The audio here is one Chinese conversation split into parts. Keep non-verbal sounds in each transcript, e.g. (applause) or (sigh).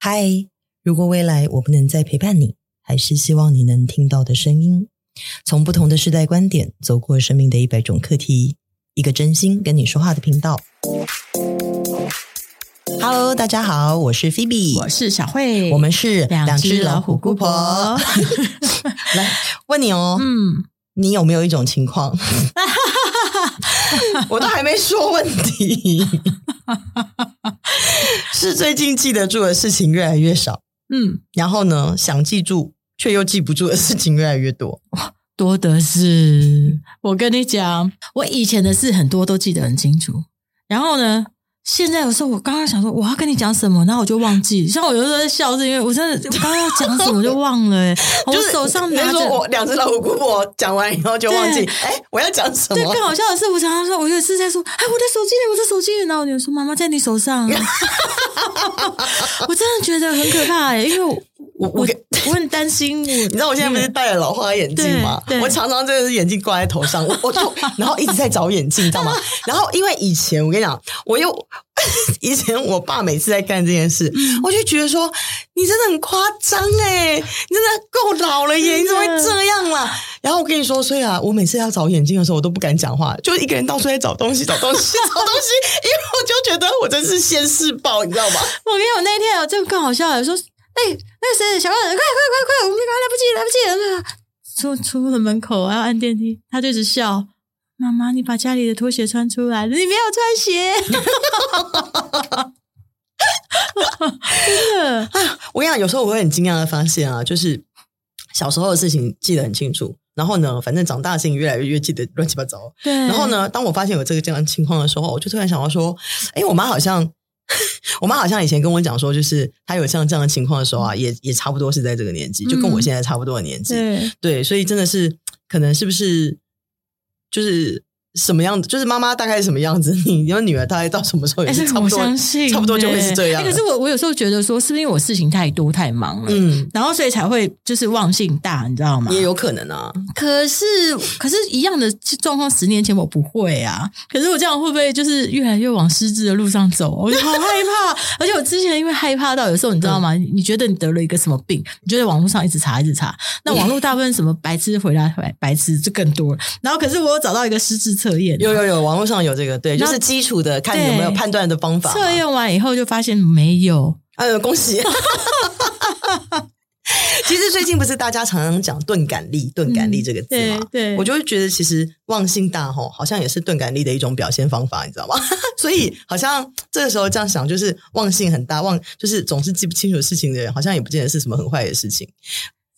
嗨，如果未来我不能再陪伴你，还是希望你能听到的声音，从不同的世代观点走过生命的一百种课题，一个真心跟你说话的频道。Hello，大家好，我是 Phoebe，我是小慧，我们是两只老虎姑婆。 (laughs) 来问你哦，嗯，你有没有一种情况？ (laughs) 我都还没说问题， (laughs) 是最近记得住的事情越来越少，嗯，然后呢，想记住却又记不住的事情越来越多。哦多的是。我跟你讲，我以前的事很多都记得很清楚，然后呢，现在有时候我刚刚想说我要跟你讲什么，然后我就忘记。像我有时候在笑，是因为我真的我刚刚要讲什么我就忘了、欸，我 (laughs) 就是手上你拿说着。我两只老虎姑婆讲完以后就忘记，对哎，我要讲什对，么？更好笑的是，我常常说，我有一次在说，哎，我的手机呢？我的手机呢？然后我女儿说，妈妈在你手上。啊 (laughs) 我真的觉得很可怕、欸，因为我我我我我我很担心我。你 (laughs) 你知道我现在不是戴了老花眼镜吗嗯对？对我常常真的是眼镜挂在头上，我我就然后一直在找眼镜，你知道 (laughs) 吗？然后因为以前我跟你讲，我又 (laughs) 以前我爸每次在干这件事，嗯我就觉得说你真的很夸张哎，你真的够老了耶，你真的怎么会这样啦、然后我跟你说，所以啊，我每次要找眼镜的时候，我都不敢讲话，就一个人到处在找东西，找东西， (laughs) 找东西，因为我就觉得我真是现世报，你知道吗？我跟你讲，那一天啊，这个更好笑了，说，哎、那个谁，小高，快快快快，我们赶快来不及，来不及了。出出了门口，还要按电梯，他就一直笑。妈妈，你把家里的拖鞋穿出来，你没有穿鞋。真的，我跟你讲，有时候我会很惊讶的发现啊，就是小时候的事情记得很清楚，然后呢，反正长大的事情越来越记得乱七八糟。对。然后？呢，当我发现有这个这样的情况的时候，我就突然想到说，哎，我妈好像， (laughs) 我妈好像以前跟我讲说，就是她有像这样的情况的时候啊，也也差不多是在这个年纪，就跟我现在差不多的年纪。嗯对，对，所以真的是可能是不是就是什么样子，就是妈妈大概是什么样子，你你们女儿大概到什么时候也哎、是这差个不我多，相信，差不多就会是这样哎了。可是我，我有时候觉得说，是不是因为我事情太多太忙了，嗯，然后所以才会就是忘性大，你知道吗？也有可能啊。可是，可是，一样的状况，十年前我不会啊。可是我这样会不会就是越来越往失智的路上走？我就好害 (laughs) 怕，而且我之前因为害怕到有时候你知道吗？嗯你觉得你得了一个什么病，你就在网络上一直查一直查。那网络大部分什么白痴回答白白痴就更多了。然后可是我有找到一个失智测验，啊有有有，网络上有这个，对，就那是基础的，看你有没有对判断的方法嘛。测验完以后就发现没有。呃，恭 (laughs) 喜！其实最近不是大家常常讲钝感力，钝感力这个字嘛，嗯对对我就会觉得其实忘性大吼，好像也是钝感力的一种表现方法，你知道吗？ (laughs) 所以好像这个时候这样想，就是忘性很大，忘就是总是记不清楚事情的人，好像也不见得是什么很坏的事情。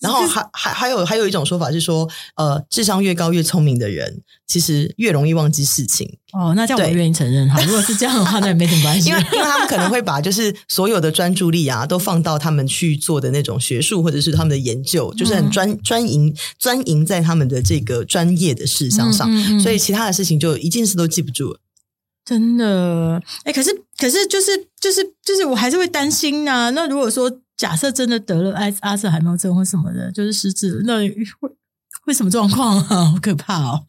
然后还还还有还有一种说法是说，呃，智商越高越聪明的人，其实越容易忘记事情。哦，那这样我对愿意承认哈。如果是这样的话，那也没什么关 (laughs) 系。因为因为他们可能会把就是所有的专注力啊，都放到他们去做的那种学术或者是他们的研究，就是嗯很专专营专营在他们的这个专业的事项上，嗯嗯嗯所以其他的事情就一件事都记不住了。真的，哎、可是可是就是就是就是我还是会担心呐、那如果说假设真的得了阿阿兹海默症或什么的，就是失智，那会会什么状况啊？ (laughs) 好可怕哦！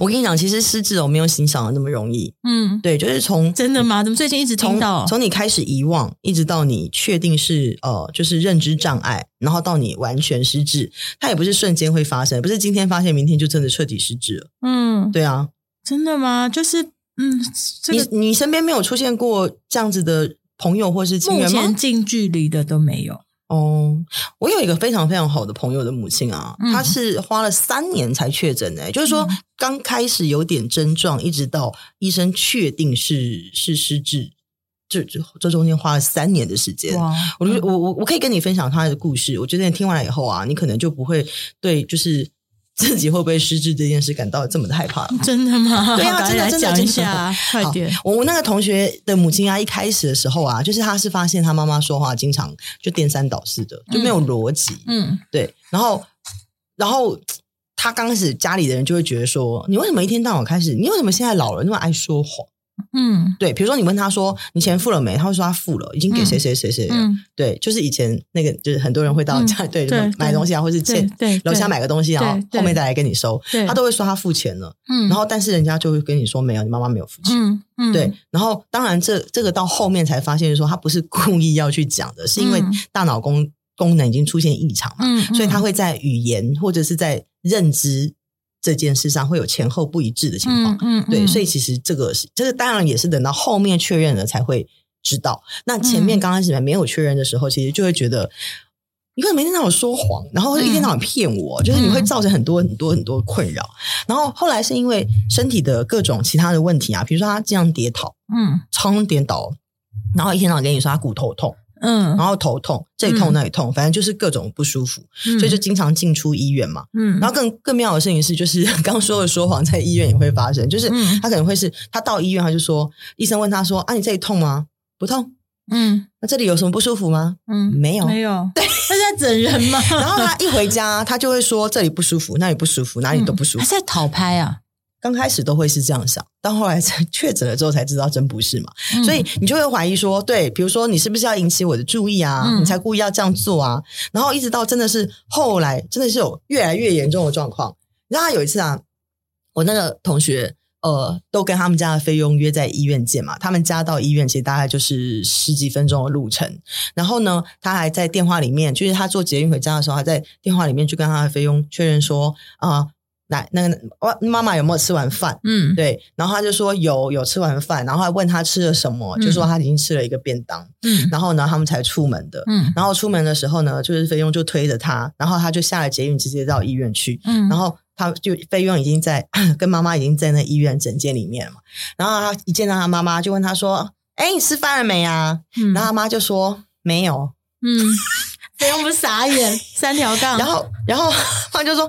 我跟你讲，其实失智哦没有你想的那么容易，嗯，对，就是从真的吗？怎么最近一直听从到？从你开始遗忘，一直到你确定是呃，就是认知障碍，然后到你完全失智，它也不是瞬间会发生，不是今天发现明天就真的彻底失智了。嗯，对啊，真的吗？就是嗯，这个你你身边没有出现过这样子的朋友或是亲目人前吗？近距离的都没有。哦，我有一个非常非常好的朋友的母亲啊，嗯她是花了三年才确诊的、就是说嗯刚开始有点症状，一直到医生确定是是失智，这这这中间花了三年的时间。哇，嗯我就我我我可以跟你分享她的故事，我觉得你听完以后啊，你可能就不会对就是自己会不会失智这件事感到这么的害怕了。真的吗？对啊赶真的快来真的讲真一的下，快好点！我我那个同学的母亲啊，一开始的时候啊，就是她是发现她妈妈说话经常就颠三倒四的，就没有逻辑，嗯，对。然后，然后她刚开始家里的人就会觉得说，你为什么一天到晚开始，你为什么现在老了那么爱说谎？嗯对，比如说你问他说你钱付了没，他会说他付了，已经给谁谁谁谁了。嗯，对，啊就是以前那个，就是很多人会到嗯家、对对买东西啊，或是对欠对，楼下买个东西，然后对对后面再来跟你收，对他都会说他付钱了，嗯，然后但是人家就会跟你说没有，你妈妈没有付钱。嗯嗯对，然后当然这这个到后面才发现说他不是故意要去讲的，是因为嗯大脑功功能已经出现异常嘛，嗯，所以他会会在语言或者是在认知这件事上会有前后不一致的情况。嗯嗯对，所以以其实这个是这个当然也是等到后面确认了才会知道。那前面嗯刚开始没有确认的时候，其实就会觉得你为什么一天到晚说谎，然后一天嗯到晚骗我，就是你会造成很多很多很多困扰。然后后来是因为身体的各种其他的问题啊，比如说他经常跌倒，嗯常常跌倒。然后一天到晚跟你说他骨头痛，嗯，然后头痛，这里痛那里痛，反正就是各种不舒服，所所以就经常进出医院嘛。嗯，然后更更妙的事情是，就是 (laughs) 刚刚说的说谎在医院也会发生，就是嗯他可能会是他到医院他就说，医生问他说啊你这里痛吗？不痛。嗯那这里有什么不舒服吗？嗯没有没有， (laughs) 对，他是在整人吗？ (laughs) 然后他一回家，他就会说这里不舒服，那里不舒服，哪里都不舒他服。嗯是在讨拍啊，刚开始都会是这样想，到后来才 (laughs) 确诊了之后才知道真不是嘛，嗯所以你就会怀疑说，对，比如说你是不是要引起我的注意啊？嗯你才故意要这样做啊？然后一直到真的是后来，真的是有越来越严重的状况。你知道他有一次啊，我那个同学。呃，都跟他们家的菲佣约在医院见嘛。他们家到医院其实大概就是十几分钟的路程。然后呢，他还在电话里面，就是他坐捷运回家的时候，他在电话里面去跟他的菲佣确认说啊，来、那个哇妈妈有没有吃完饭？嗯对，然后他就说有有吃完饭，然后还问他吃了什么，嗯就说他已经吃了一个便当，嗯然后呢他们才出门的。嗯然后出门的时候呢，就是菲佣就推着他，然后他就下了捷运直接到医院去，嗯，然后他就菲佣已经在 (coughs) 跟妈妈已经在那医院诊间里面了嘛，然后他一见到他妈妈就问他说：“哎，你吃饭了没啊？”嗯然后他妈就说：“没有。”嗯， (laughs) 菲佣不是傻眼，三条杠，然后，然后他就说，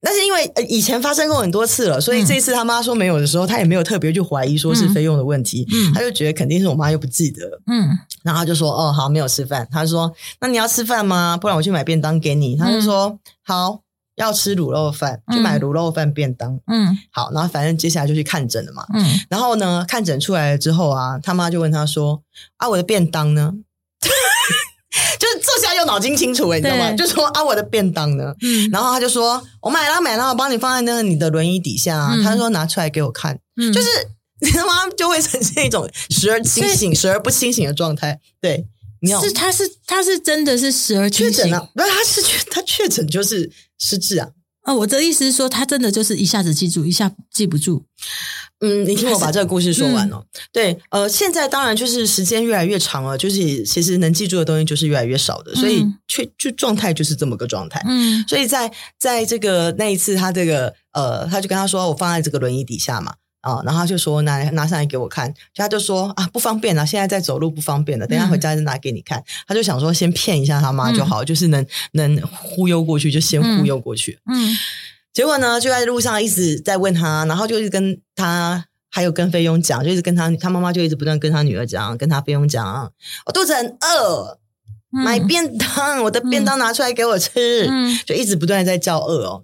那是因为呃以前发生过很多次了，所以嗯这一次他妈说没有的时候，他也没有特别去怀疑说是嗯费用的问题，嗯他就觉得肯定是我妈又不记得了，嗯然后他就说哦好没有吃饭，他说那你要吃饭吗？不然我去买便当给你。他就说、好。要吃卤肉饭，去买嗯卤肉饭便当。嗯好，然后反正接下来就去看诊了嘛。嗯，然后呢，看诊出来了之后啊，他妈就问他说：“啊，我的便当呢？” (laughs) 就是这下又脑筋清楚了，你知道吗？对就说啊，我的便当呢？嗯然后他就说：“我买了买了，我帮你放在那个你的轮椅底下啊。嗯他说：“拿出来给我看。嗯，就是你 (laughs) 他妈就会呈现一种时而清醒、时而不清醒的状态。对，你要是他是他是真的是时而确清诊醒了、啊，不是他是确他确诊就是失智啊。啊！我的意思是说，他真的就是一下子记住，一下记不住。嗯，你听我把这个故事说完嗯哦。对，呃，现在当然就是时间越来越长了，就是其实能记住的东西就是越来越少的，所以嗯确就状态就是这么个状态。嗯所以在在这个那一次，他这个呃，他就跟他说，我放在这个轮椅底下嘛。啊、然后他就说拿拿上来给我看，就他就说啊不方便啊，现在在走路不方便了，等一下回家再拿给你看。他就想说先骗一下他妈就好，就是能能忽悠过去就先忽悠过去。嗯结果呢，就在路上一直在问他，然后就一直跟他，还有跟菲佣讲，就一直跟他，他妈妈就一直不断跟他女儿讲，跟他菲佣讲，我肚子很饿，嗯买便当， (laughs) 我的便当拿出来给我吃，嗯就一直不断的在叫饿哦。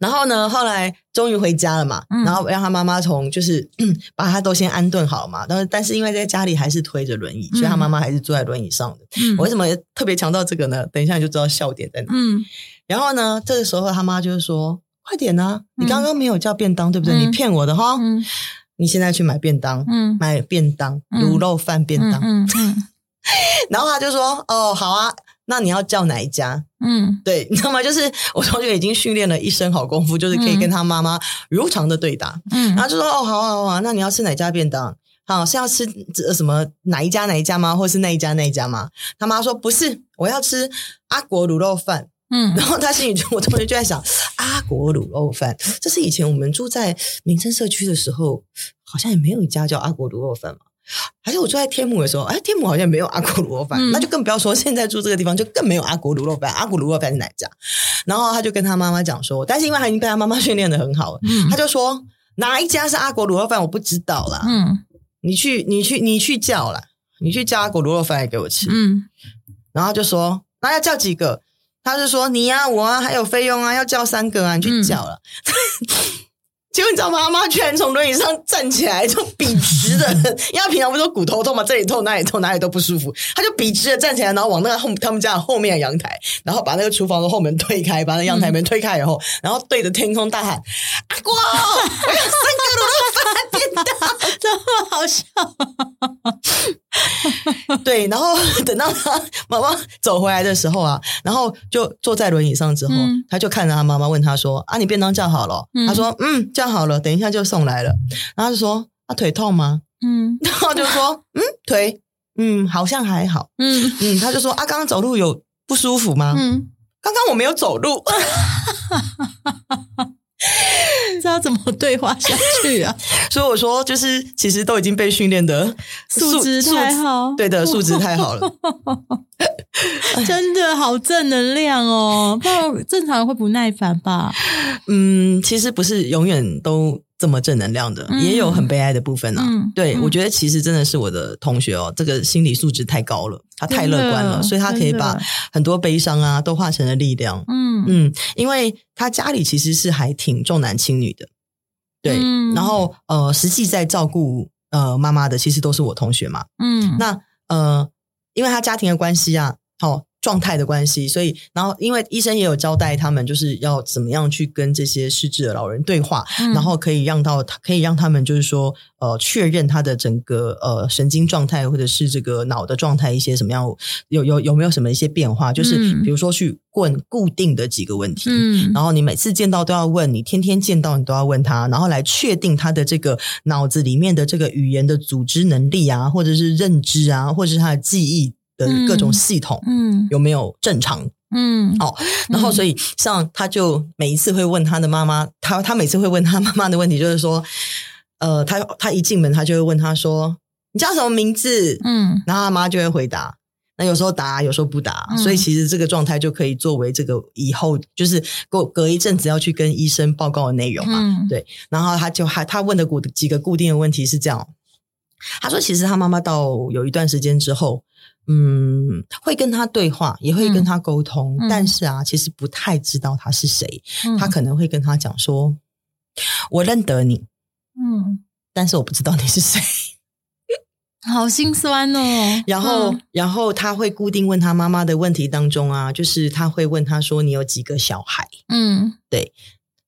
然后呢，后来终于回家了嘛，嗯然后让他妈妈从就是 (clears throat) 嗯把他都先安顿好嘛，但是但是因为在家里还是推着轮椅，所以他妈妈还是坐在轮椅上的。嗯我为什么特别强调这个呢？等一下你就知道笑点在哪。嗯然后呢，这个时候他妈就是说：“快点啊，嗯你刚刚没有叫便当，对不对？嗯你骗我的哈！嗯你现在去买便当，嗯买便当，嗯卤肉饭便当。嗯嗯然后他就说：‘哦，好啊，那你要叫哪一家？’嗯对， (laughs) 你知道吗？就是我同学已经训练了一身好功夫，就是可以嗯跟他妈妈如常的对答。嗯然后就说：‘哦，好啊，好啊，那你要吃哪家便当？’好是要吃呃什么哪一家哪一家吗？或是那一家那一家吗？他妈说不是，我要吃阿国卤肉饭。嗯然后他心里就，我同学就在想，阿国卤肉饭，这是以前我们住在民生社区的时候，好像也没有一家叫阿国卤肉饭嘛。还是我住在天母的时候，哎，天母好像没有阿国卤肉饭，嗯那就更不要说现在住这个地方，就更没有阿国卤肉饭。阿国卤肉饭是哪一家？然后他就跟他妈妈讲说，但是因为他已经被他妈妈训练的很好了，嗯他就说哪一家是阿国卤肉饭我不知道啦，嗯你去你去你去叫啦，你去叫阿国卤肉饭来给我吃。嗯然后就说那要叫几个？他就说你啊，我啊，还有费用啊，要叫三个啊，你去叫了。 (laughs) 结果你知道吗？他妈居然从轮椅上站起来，就笔直的，因为他平常不是骨头痛吗？这里痛那里痛，哪里都不舒服，他就笔直的站起来，然后往那个后他们家的后面的阳台，然后把那个厨房的后门推开，把那阳台门推开以后，然后对着天空大喊：“阿光，我有三个卤肉饭店大。”这么好笑，对，然后 (laughs) 等到他妈妈走回来的时候啊，然后就坐在轮椅上之后，嗯他就看着他妈妈问他说：“啊，你便当叫好了哦？”嗯他说：“嗯，叫好了，等一下就送来了。”然后他就说：“啊，腿痛吗？” (laughs) 嗯然后就说：“嗯，腿，嗯，好像还好。嗯”嗯，他就说：“啊，刚刚走路有不舒服吗？”嗯，刚刚我没有走路， (laughs) 不知道怎么对话下去啊，所以我说就是其实都已经被训练的 (laughs) 素质素太好，对的，素质太好了。真的好正能量 (laughs) 哦，不然正常人会不耐烦吧？嗯，其实不是永远都这么正能量的，嗯也有很悲哀的部分啊。嗯对，嗯我觉得其实真的是我的同学哦，这个心理素质太高了，他太乐观真了，的所以他可以把真的很多悲伤啊都化成了力量。嗯嗯，因为他家里其实是还挺重男轻女的，对，嗯然后呃，实际在照顾呃妈妈的其实都是我同学嘛。嗯，那呃，因为他家庭的关系啊，哦，状态的关系，所以然后因为医生也有交代他们就是要怎么样去跟这些失智的老人对话，嗯然后可以让到可以让他们就是说呃确认他的整个呃神经状态或者是这个脑的状态一些什么样有有有没有什么一些变化，就是嗯比如说去问固定的几个问题，嗯，然后你每次见到都要问，你天天见到你都要问他，然后来确定他的这个脑子里面的这个语言的组织能力啊，或者是认知啊，或者是他的记忆的各种系统。嗯有没有正常？嗯哦然后，所以像他就每一次会问他的妈妈，他他每次会问他妈妈的问题就是说，呃，他他一进门他就会问他说：“你叫什么名字？”嗯然后他妈就会回答。那有时候答，有时候不答，嗯所以其实这个状态就可以作为这个以后就是过隔一阵子要去跟医生报告的内容嘛。嗯对然后他就还他问的固几个固定的问题是这样，他说其实他妈妈到有一段时间之后，嗯，会跟他对话，也会跟他沟通，嗯嗯但是啊，其实不太知道他是谁，嗯他可能会跟他讲说，我认得你，嗯，但是我不知道你是谁。好心酸哦。 (laughs) 然后，嗯然后他会固定问他妈妈的问题当中啊，就是他会问他说：“你有几个小孩嗯，？”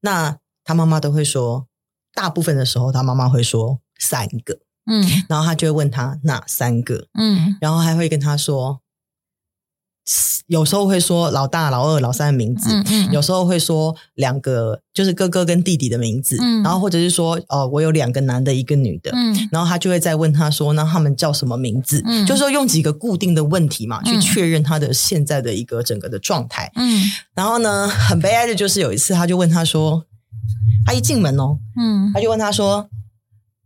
那他妈妈都会说，大部分的时候他妈妈会说三个，嗯然后他就会问他哪三个，嗯然后还会跟他说，有时候会说老大、老二、老三的名字，嗯嗯，有时候会说两个就是哥哥跟弟弟的名字，嗯然后或者是说哦、我有两个男的，一个女的，嗯然后他就会再问他说，那他们叫什么名字？嗯就是说用几个固定的问题嘛，去嗯确认他的现在的一个整个的状态。嗯然后呢，很悲哀的就是有一次，他就问他说，他一进门哦，嗯他就问他说，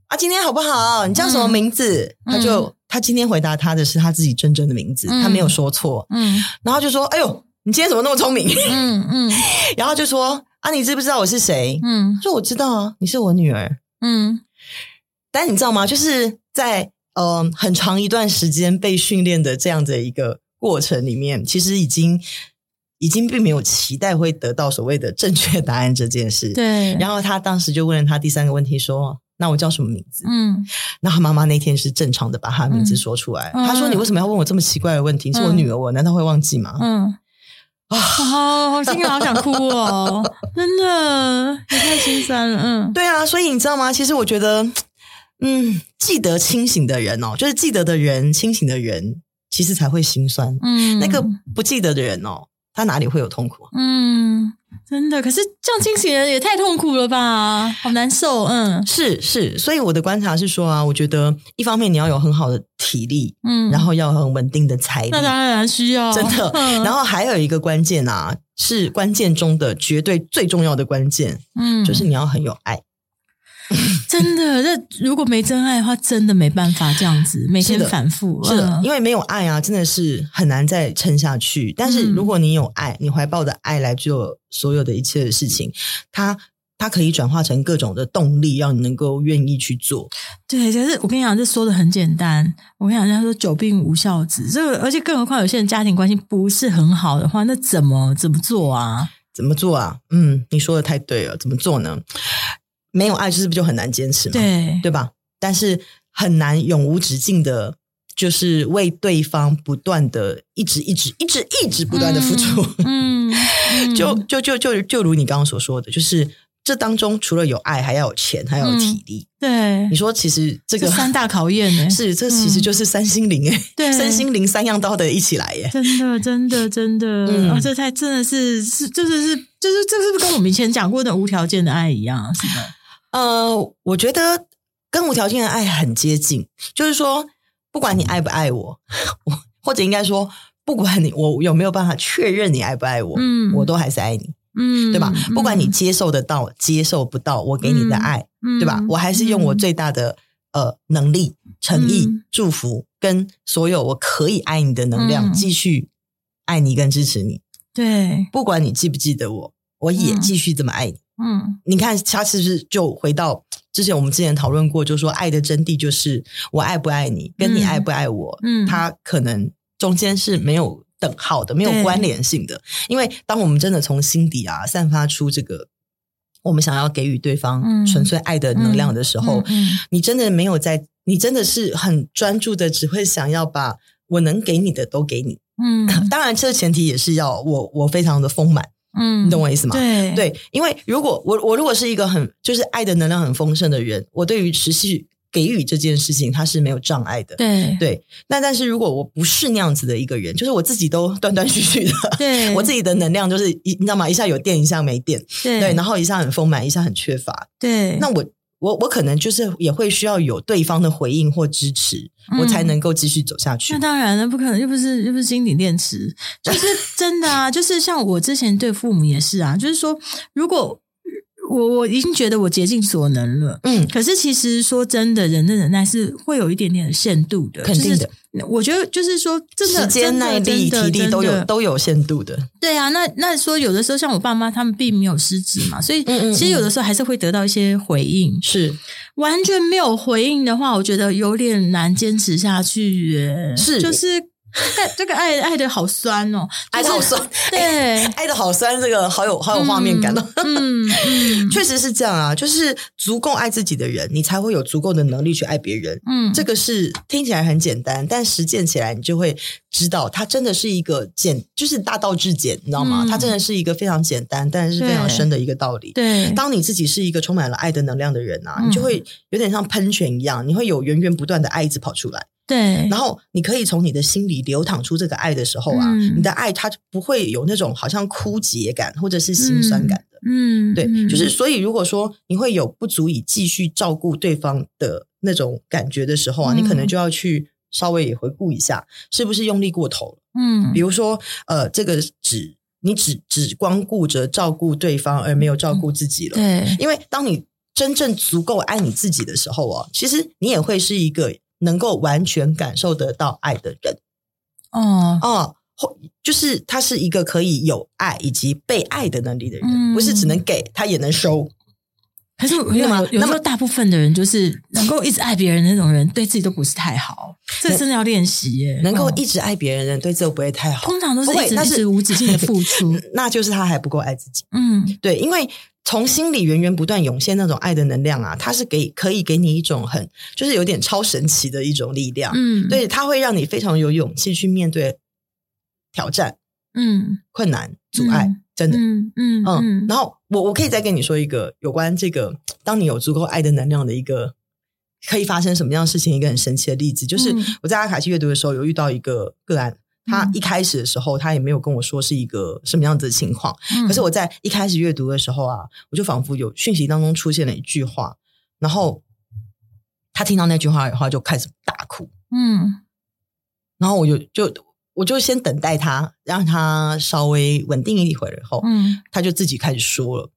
啊，今天好不好？你叫什么名字？嗯他就他今天回答他的是他自己真正的名字，嗯他没有说错。嗯然后就说，哎呦，你今天怎么那么聪明？ (laughs) 嗯嗯然后就说，啊，你知不知道我是谁？嗯他说我知道啊，你是我女儿。嗯但你知道吗？就是在呃很长一段时间被训练的这样的一个过程里面，其实已经已经并没有期待会得到所谓的正确答案这件事。。对，然后他当时就问了他第三个问题说：“那我叫什么名字嗯？”那他妈妈那天是正常的把他的名字说出来。嗯他说：“你为什么要问我这么奇怪的问题？你是我女儿，我难道会忘记吗？”嗯。啊，好心疼，好想哭哦！真的，也太心酸了。嗯，对啊，所以你知道吗？其实我觉得，嗯，记得清醒的人哦，就是记得的人，清醒的人，其实才会心酸。(laughs) 嗯，那个不记得的人哦，他哪里会有痛苦啊？嗯，真的，可是这样清醒人也太痛苦了吧，好难受。嗯是是，所以我的观察是说啊，我觉得一方面你要有很好的体力，嗯，然后要有很稳定的财力，那当然啊需要真的。 (laughs) 嗯然后还有一个关键啊，是关键中的绝对最重要的关键，嗯，就是你要很有爱。真的，这如果没真爱的话，真的没办法这样子，每天是的反复。是的，嗯因为没有爱啊，真的是很难再撑下去。但是嗯如果你有爱，你怀抱着爱来做所有的一切的事情，它它可以转化成各种的动力，让你能够愿意去做。对，可是我跟你讲，这说的很简单。我跟你讲，人家说久病无孝子，这个而且更何况有些人家庭关系不是很好的话，那怎么怎么做啊？怎么做啊？嗯，你说的太对了。怎么做呢？没有爱，就是不就很难坚持嘛，对对吧？但是很难永无止境的，就是为对方不断的一直一直一直一直不断的付出。 (laughs) 嗯，嗯就就就就就如你刚刚所说的，就是这当中除了有爱，还要有钱，还要有体力。对你，说，其实这嗯这个三大考验呢、 (laughs) 嗯是这其实就是三心灵哎、对三心灵三样刀的一起来欸耶、真的，真的，真的，嗯啊，这才真的是是，就是是，就是这是不是跟我们以前讲过的无条件的爱一样？啊是的，呃，我觉得跟无条件的爱很接近，就是说，不管你爱不爱我，我或者应该说，不管你我有没有办法确认你爱不爱我，嗯我都还是爱你，嗯，对吧？嗯不管你接受得到、接受不到我给你的爱，嗯对吧？我还是用我、最大的呃能力、诚意、嗯祝福跟所有我可以爱你的能量，嗯继续爱你跟支持你。对，不管你记不记得我，我也嗯继续这么爱你。嗯你看，他是不是就回到之前我们之前讨论过，就说爱的真谛就是我爱不爱你，跟你嗯爱不爱我，嗯，它可能中间是没有等号的，没有对关联性的。因为当我们真的从心底啊散发出这个我们想要给予对方嗯纯粹爱的能量的时候，嗯嗯嗯你真的没有在，你真的是很专注的，只会想要把我能给你的都给你。嗯 (laughs) 当然，这前提也是要我我非常的丰满，嗯，你懂我意思吗？对对，因为如果我我如果是一个很就是爱的能量很丰盛的人，我对于持续给予这件事情，它是没有障碍的。对对，那但是如果我不是那样子的一个人，就是我自己都断断续续的，对，我自己的能量就是一你知道吗？一下有电，一下没电，对对，然后一下很丰满，一下很缺乏。对，那我我我可能就是也会需要有对方的回应或支持，我才嗯能够继续走下去那。当然了，不可能，又不是又不是金顶电池， (laughs) 就是真的啊！就是像我之前对父母也是啊，就是说，如果我我已经觉得我竭尽所能了。嗯，可是其实说真的，人的忍耐是会有一点点限度的，肯定的。就是、我觉得就是说，真的时间、耐力、体力都有。真的真的真的都有限度的。对啊，那那说有的时候像我爸妈他们并没有失职嘛，所以嗯嗯其实有的时候还是会得到一些回应。是完全没有回应的话，我觉得有点难坚持下去耶。是就是爱这个爱爱的好酸哦， (laughs) 爱的好酸，对，爱的好酸，这个好有好有画面感哦。嗯嗯确实是这样啊，就是足够爱自己的人，你才会有足够的能力去爱别人。嗯， (laughs) 这个个是听起来很简单，但实践起来你就会知道，它真的是一个简，就是大道至简，你知道吗？嗯它真的是一个非常简单，但是非常对深的一个道理。对，当你自己是一个充满了爱的能量的人啊，嗯你就会有点像喷泉一样，你会有源源不断的爱一直跑出来，对，然后你可以从你的心里流淌出这个爱的时候啊，嗯你的爱它就不会有那种好像枯竭感或者是心酸感的。嗯，对，嗯就是所以如果说你会有不足以继续照顾对方的那种感觉的时候啊，嗯你可能就要去稍微也回顾一下，是不是用力过头了。嗯，比如说，呃，这个只你只只光顾着照顾对方而没有照顾自己了，对，因为当你真正足够爱你自己的时候哦，其实你也会是一个能够完全感受得到爱的人哦，哦。或就是他是一个可以有爱以及被爱的能力的人，嗯不是只能给他也能收。可是我没有吗有有哦那时么候大部分的人就是能够一直爱别人的那种人，对自己都不是太好，这真的要练习耶。能够哦一直爱别人的人，对自己不会太好。通常都是不会一直但一是直无止境的 (laughs) 付出，那就是他还不够爱自己。嗯，对，因为从心里源源不断涌现那种爱的能量啊，它是给可以给你一种很就是有点超神奇的一种力量。嗯，，对，它会让你非常有勇气去面对挑战、嗯困难、阻碍，嗯真的。嗯嗯嗯，然后我我可以再跟你说一个有关这个，当你有足够爱的能量的一个可以发生什么样的事情，一个很神奇的例子，就是嗯我在阿卡西阅读的时候有遇到一个个案，他嗯一开始的时候他也没有跟我说是一个什么样子的情况，嗯可是我在一开始阅读的时候啊，我就仿佛有讯息当中出现了一句话，然后他听到那句话以后他就开始大哭，嗯然后我就就我就先等待他，让他稍微稳定一会儿以后，嗯他就自己开始说了。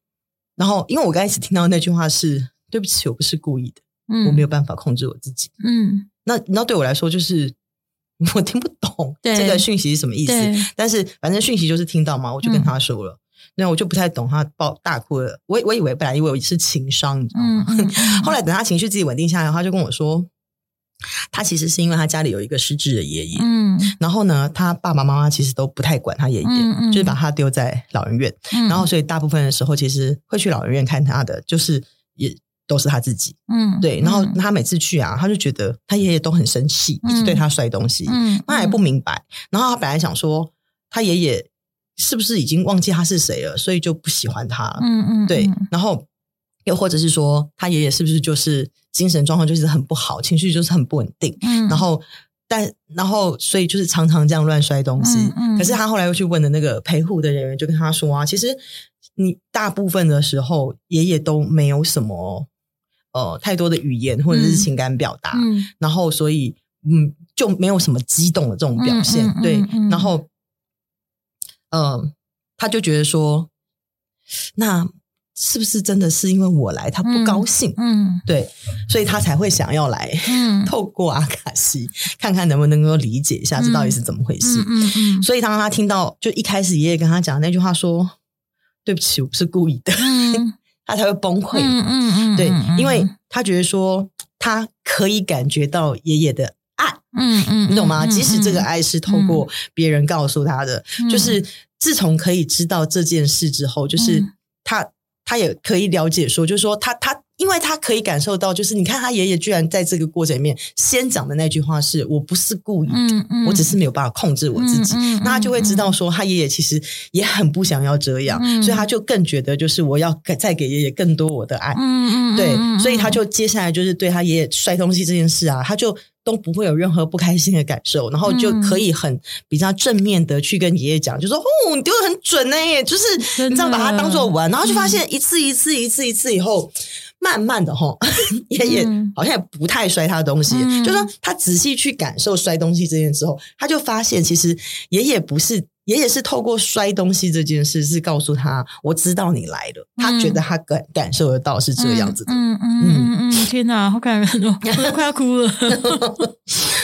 然后，因为我刚开始听到那句话是“对不起，我不是故意的，嗯，我没有办法控制我自己”嗯，那那对我来说就是 (laughs) 我听不懂对这个讯息是什么意思对。但是反正讯息就是听到嘛，我就跟嗯他说了。那我就不太懂他爆大哭了，我我以为本来以为我是情商，你知道吗嗯？ (laughs) 嗯，嗯后来等他情绪自己稳定下来，他就跟我说，他其实是因为他家里有一个失智的爷爷，嗯，然后呢，他爸爸妈妈其实都不太管他爷爷，嗯嗯就是把他丢在老人院。嗯然后所以大部分的时候，其实会去老人院看他的，就是也都是他自己。嗯，对，然后嗯他每次去啊，他就觉得他爷爷都很生气，一直对他摔东西，嗯，他也不明白。然后他本来想说，他爷爷是不是已经忘记他是谁了，所以就不喜欢他了。嗯，嗯嗯，对，然后又或者是说，他爷爷是不是就是精神状况就是很不好，情绪就是很不稳定，嗯，然后。但然后，所以就是常常这样乱摔东西。嗯嗯可是他后来又去问的那个陪护的人员，就跟他说啊，其实你大部分的时候，爷爷都没有什么呃太多的语言或者是嗯情感表达。嗯，然后所以嗯就没有什么激动的这种表现，嗯嗯嗯对，嗯然后呃他就觉得说，那是不是真的是因为我来他不高兴，嗯对，所以他才会想要来 (laughs) 嗯，透过阿卡西看看能不能够理解一下这到底是怎么回事。嗯嗯嗯所以当他听到就一开始爷爷跟他讲那句话说，对不起，我不是故意的， (laughs) 嗯，他才会崩溃。嗯嗯嗯，对嗯，因为他觉得说他可以感觉到爷爷的爱，嗯嗯，你懂吗？嗯即使这个，爱是透过别人告诉他的，嗯就是自从可以知道这件事之后，就是嗯他他也可以了解说，就是说他他。因为他可以感受到，就是你看他爷爷居然在这个过程里面先讲的那句话是“我不是故意的，嗯嗯，我只是没有办法控制我自己”，那他就会知道说他爷爷其实也很不想要这样，嗯所以他就更觉得就是我要给再给爷爷更多我的爱。嗯嗯，对，所以他就接下来就是对他爷爷摔东西这件事啊，他就都不会有任何不开心的感受，然后就可以很比较正面的去跟爷爷讲，就说哦，你丢的很准呢、就是真你的这样把它当做玩，然后就发现一次一次一次一次以后。慢慢的哈， (laughs) 爷爷嗯好像也不太摔他的东西，嗯就说他仔细去感受摔东西这件事之后，他就发现其实爷爷不是爷爷是透过摔东西这件事是告诉他我知道你来了，他觉得他感感受得到是这样子的，嗯嗯嗯嗯，天哪，好感人哦，我都快要哭了。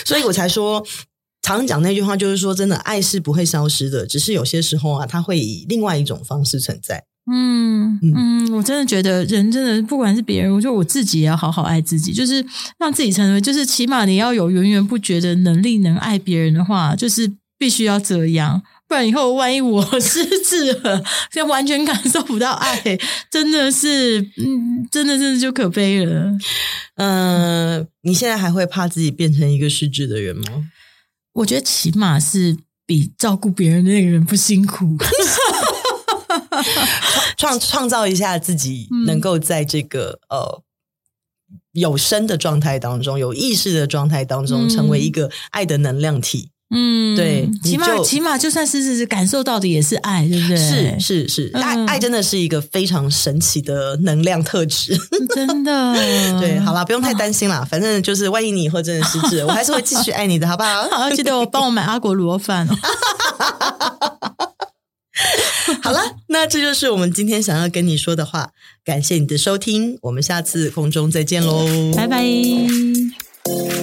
所以我才说，常讲那句话就是说，真的爱是不会消失的，只是有些时候啊，它会以另外一种方式存在。嗯嗯，我真的觉得人真的不管是别人，我觉得我自己也要好好爱自己，就是让自己成为，就是起码你要有源源不绝的能力能爱别人的话，就是必须要这样，不然以后万一我 (laughs) 失智了，就完全感受不到爱，真的是，嗯，真的真的就可悲了。嗯、你现在还会怕自己变成一个失智的人吗？我觉得起码是比照顾别人的那个人不 (laughs) 辛苦。创创造一下自己嗯能够在这个、呃。有生的状态当中，有意识的状态当中，嗯成为一个爱的能量体，嗯，对起你码就起码就算是是是感受到的也是爱，对不对？是是是，嗯爱爱真的是一个非常神奇的能量特质。。真的 (laughs) 对，好啦，不用太担心啦，反正就是万一你以后真的失智了，我还是会继续爱你的，好不好？好，记得我帮我买阿国卤肉饭哦。好了，那这就是我们今天想要跟你说的话。感谢你的收听，我们下次空中再见喽，拜拜。